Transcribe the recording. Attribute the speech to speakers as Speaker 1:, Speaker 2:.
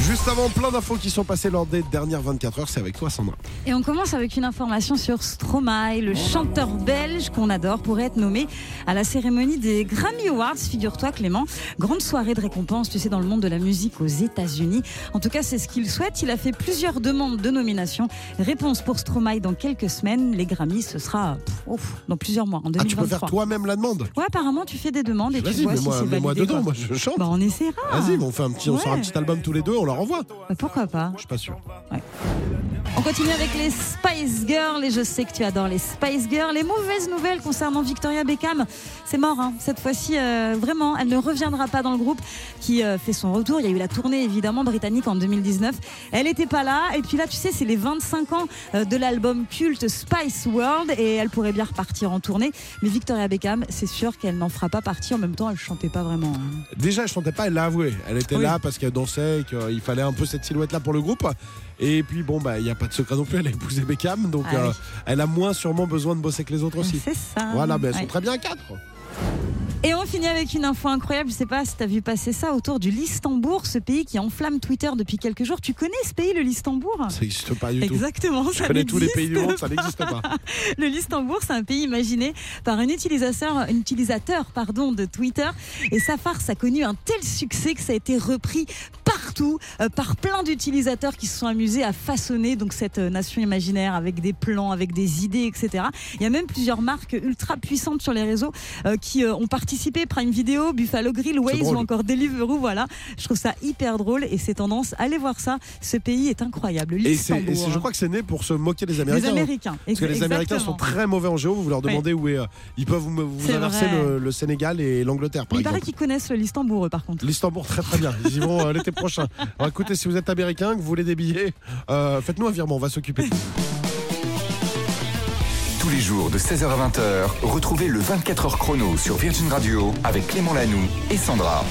Speaker 1: Juste avant, plein d'infos qui sont passées lors des dernières 24 heures. C'est avec toi, Sandra.
Speaker 2: Et on commence avec une information sur Stromae, le chanteur belge qu'on adore pour être nommé à la cérémonie des Grammy Awards. Figure-toi, Clément, grande soirée de récompense, tu sais, dans le monde de la musique aux États-Unis. En tout cas, c'est ce qu'il souhaite. Il a fait plusieurs demandes de nomination. Réponse pour Stromae dans quelques semaines. Les Grammys, ce sera pff, ouf, dans plusieurs mois, en
Speaker 1: Ah, tu peux
Speaker 2: 2023.
Speaker 1: faire toi-même la demande
Speaker 2: ouais, apparemment, tu fais des demandes et tu
Speaker 1: Vas-y,
Speaker 2: vois si
Speaker 1: mets-moi
Speaker 2: c'est
Speaker 1: mets-moi
Speaker 2: validé.
Speaker 1: dedans,
Speaker 2: quoi.
Speaker 1: moi je chante.
Speaker 2: Bah, on essaiera.
Speaker 1: Vas-y, mais on fait un petit, on sort un
Speaker 2: Ouais.
Speaker 1: petit album tous les deux, on leur envoie.
Speaker 2: Bah, pourquoi pas
Speaker 1: Je suis pas sûr.
Speaker 2: On continue avec les Spice Girls et je sais que tu adores les Spice Girls. Les mauvaises nouvelles concernant Victoria Beckham, c'est mort hein. cette fois-ci euh, vraiment. Elle ne reviendra pas dans le groupe qui euh, fait son retour. Il y a eu la tournée évidemment britannique en 2019. Elle n'était pas là et puis là tu sais c'est les 25 ans euh, de l'album culte Spice World et elle pourrait bien repartir en tournée. Mais Victoria Beckham, c'est sûr qu'elle n'en fera pas partie. En même temps, elle chantait pas vraiment. hein.
Speaker 1: Déjà, elle chantait pas, elle l'a avoué. Elle était
Speaker 2: Oui.
Speaker 1: là parce qu'elle dansait, qu'il fallait un peu cette silhouette-là pour le groupe. Et puis, bon, bah, il n'y a pas de secret non plus, elle a épousé Beckham, donc
Speaker 2: Ah oui.
Speaker 1: euh, elle a moins sûrement besoin de bosser que les autres aussi.
Speaker 2: C'est ça.
Speaker 1: Voilà, ben, mais elles
Speaker 2: Ouais.
Speaker 1: sont très bien à quatre.
Speaker 2: Et on finit avec une info incroyable. Je sais pas si t'as vu passer ça autour du Listembourg, ce pays qui enflamme Twitter depuis quelques jours. Tu connais ce pays, le Listembourg
Speaker 1: Ça n'existe pas du tout.
Speaker 2: Exactement,
Speaker 1: Je
Speaker 2: ça
Speaker 1: connais tous les pays du
Speaker 2: n'existe
Speaker 1: monde, ça n'existe pas.
Speaker 2: le Listembourg, c'est un pays imaginé par un utilisateur, un utilisateur pardon, de Twitter. Et sa farce a connu un tel succès que ça a été repris partout euh, par plein d'utilisateurs qui se sont amusés à façonner donc cette euh, nation imaginaire avec des plans, avec des idées, etc. Il y a même plusieurs marques ultra puissantes sur les réseaux euh, qui euh, ont participé Prime Video, Buffalo Grill, Waze
Speaker 1: drôle.
Speaker 2: ou encore Deliveroo. Voilà, je trouve ça hyper drôle et ces tendances. Allez voir ça. Ce pays est incroyable. Le
Speaker 1: Et, c'est- et
Speaker 2: Listembourg.
Speaker 1: c'est- je crois que c'est né pour se moquer des
Speaker 2: les
Speaker 1: Américains. hein.
Speaker 2: Américains.
Speaker 1: Parce que les Américains sont
Speaker 2: Exactement.
Speaker 1: très mauvais en géo, vous leur demandez où est. euh, ils peuvent vous, vous
Speaker 2: C'est
Speaker 1: inverser
Speaker 2: vrai.
Speaker 1: le, le Sénégal et l'Angleterre, par
Speaker 2: Il paraît
Speaker 1: exemple.
Speaker 2: qu'ils connaissent le Listembourg, eux, par contre.
Speaker 1: L'Istanbul, très très bien. Ils y vont euh, l'été prochain. Alors, écoutez, si vous êtes américain, que vous voulez des billets, euh, faites-nous un virement, on va s'occuper.
Speaker 3: Tous les jours de 16h à 20h, retrouvez le 24h chrono sur Virgin Radio avec Clément Lanoux et Sandra.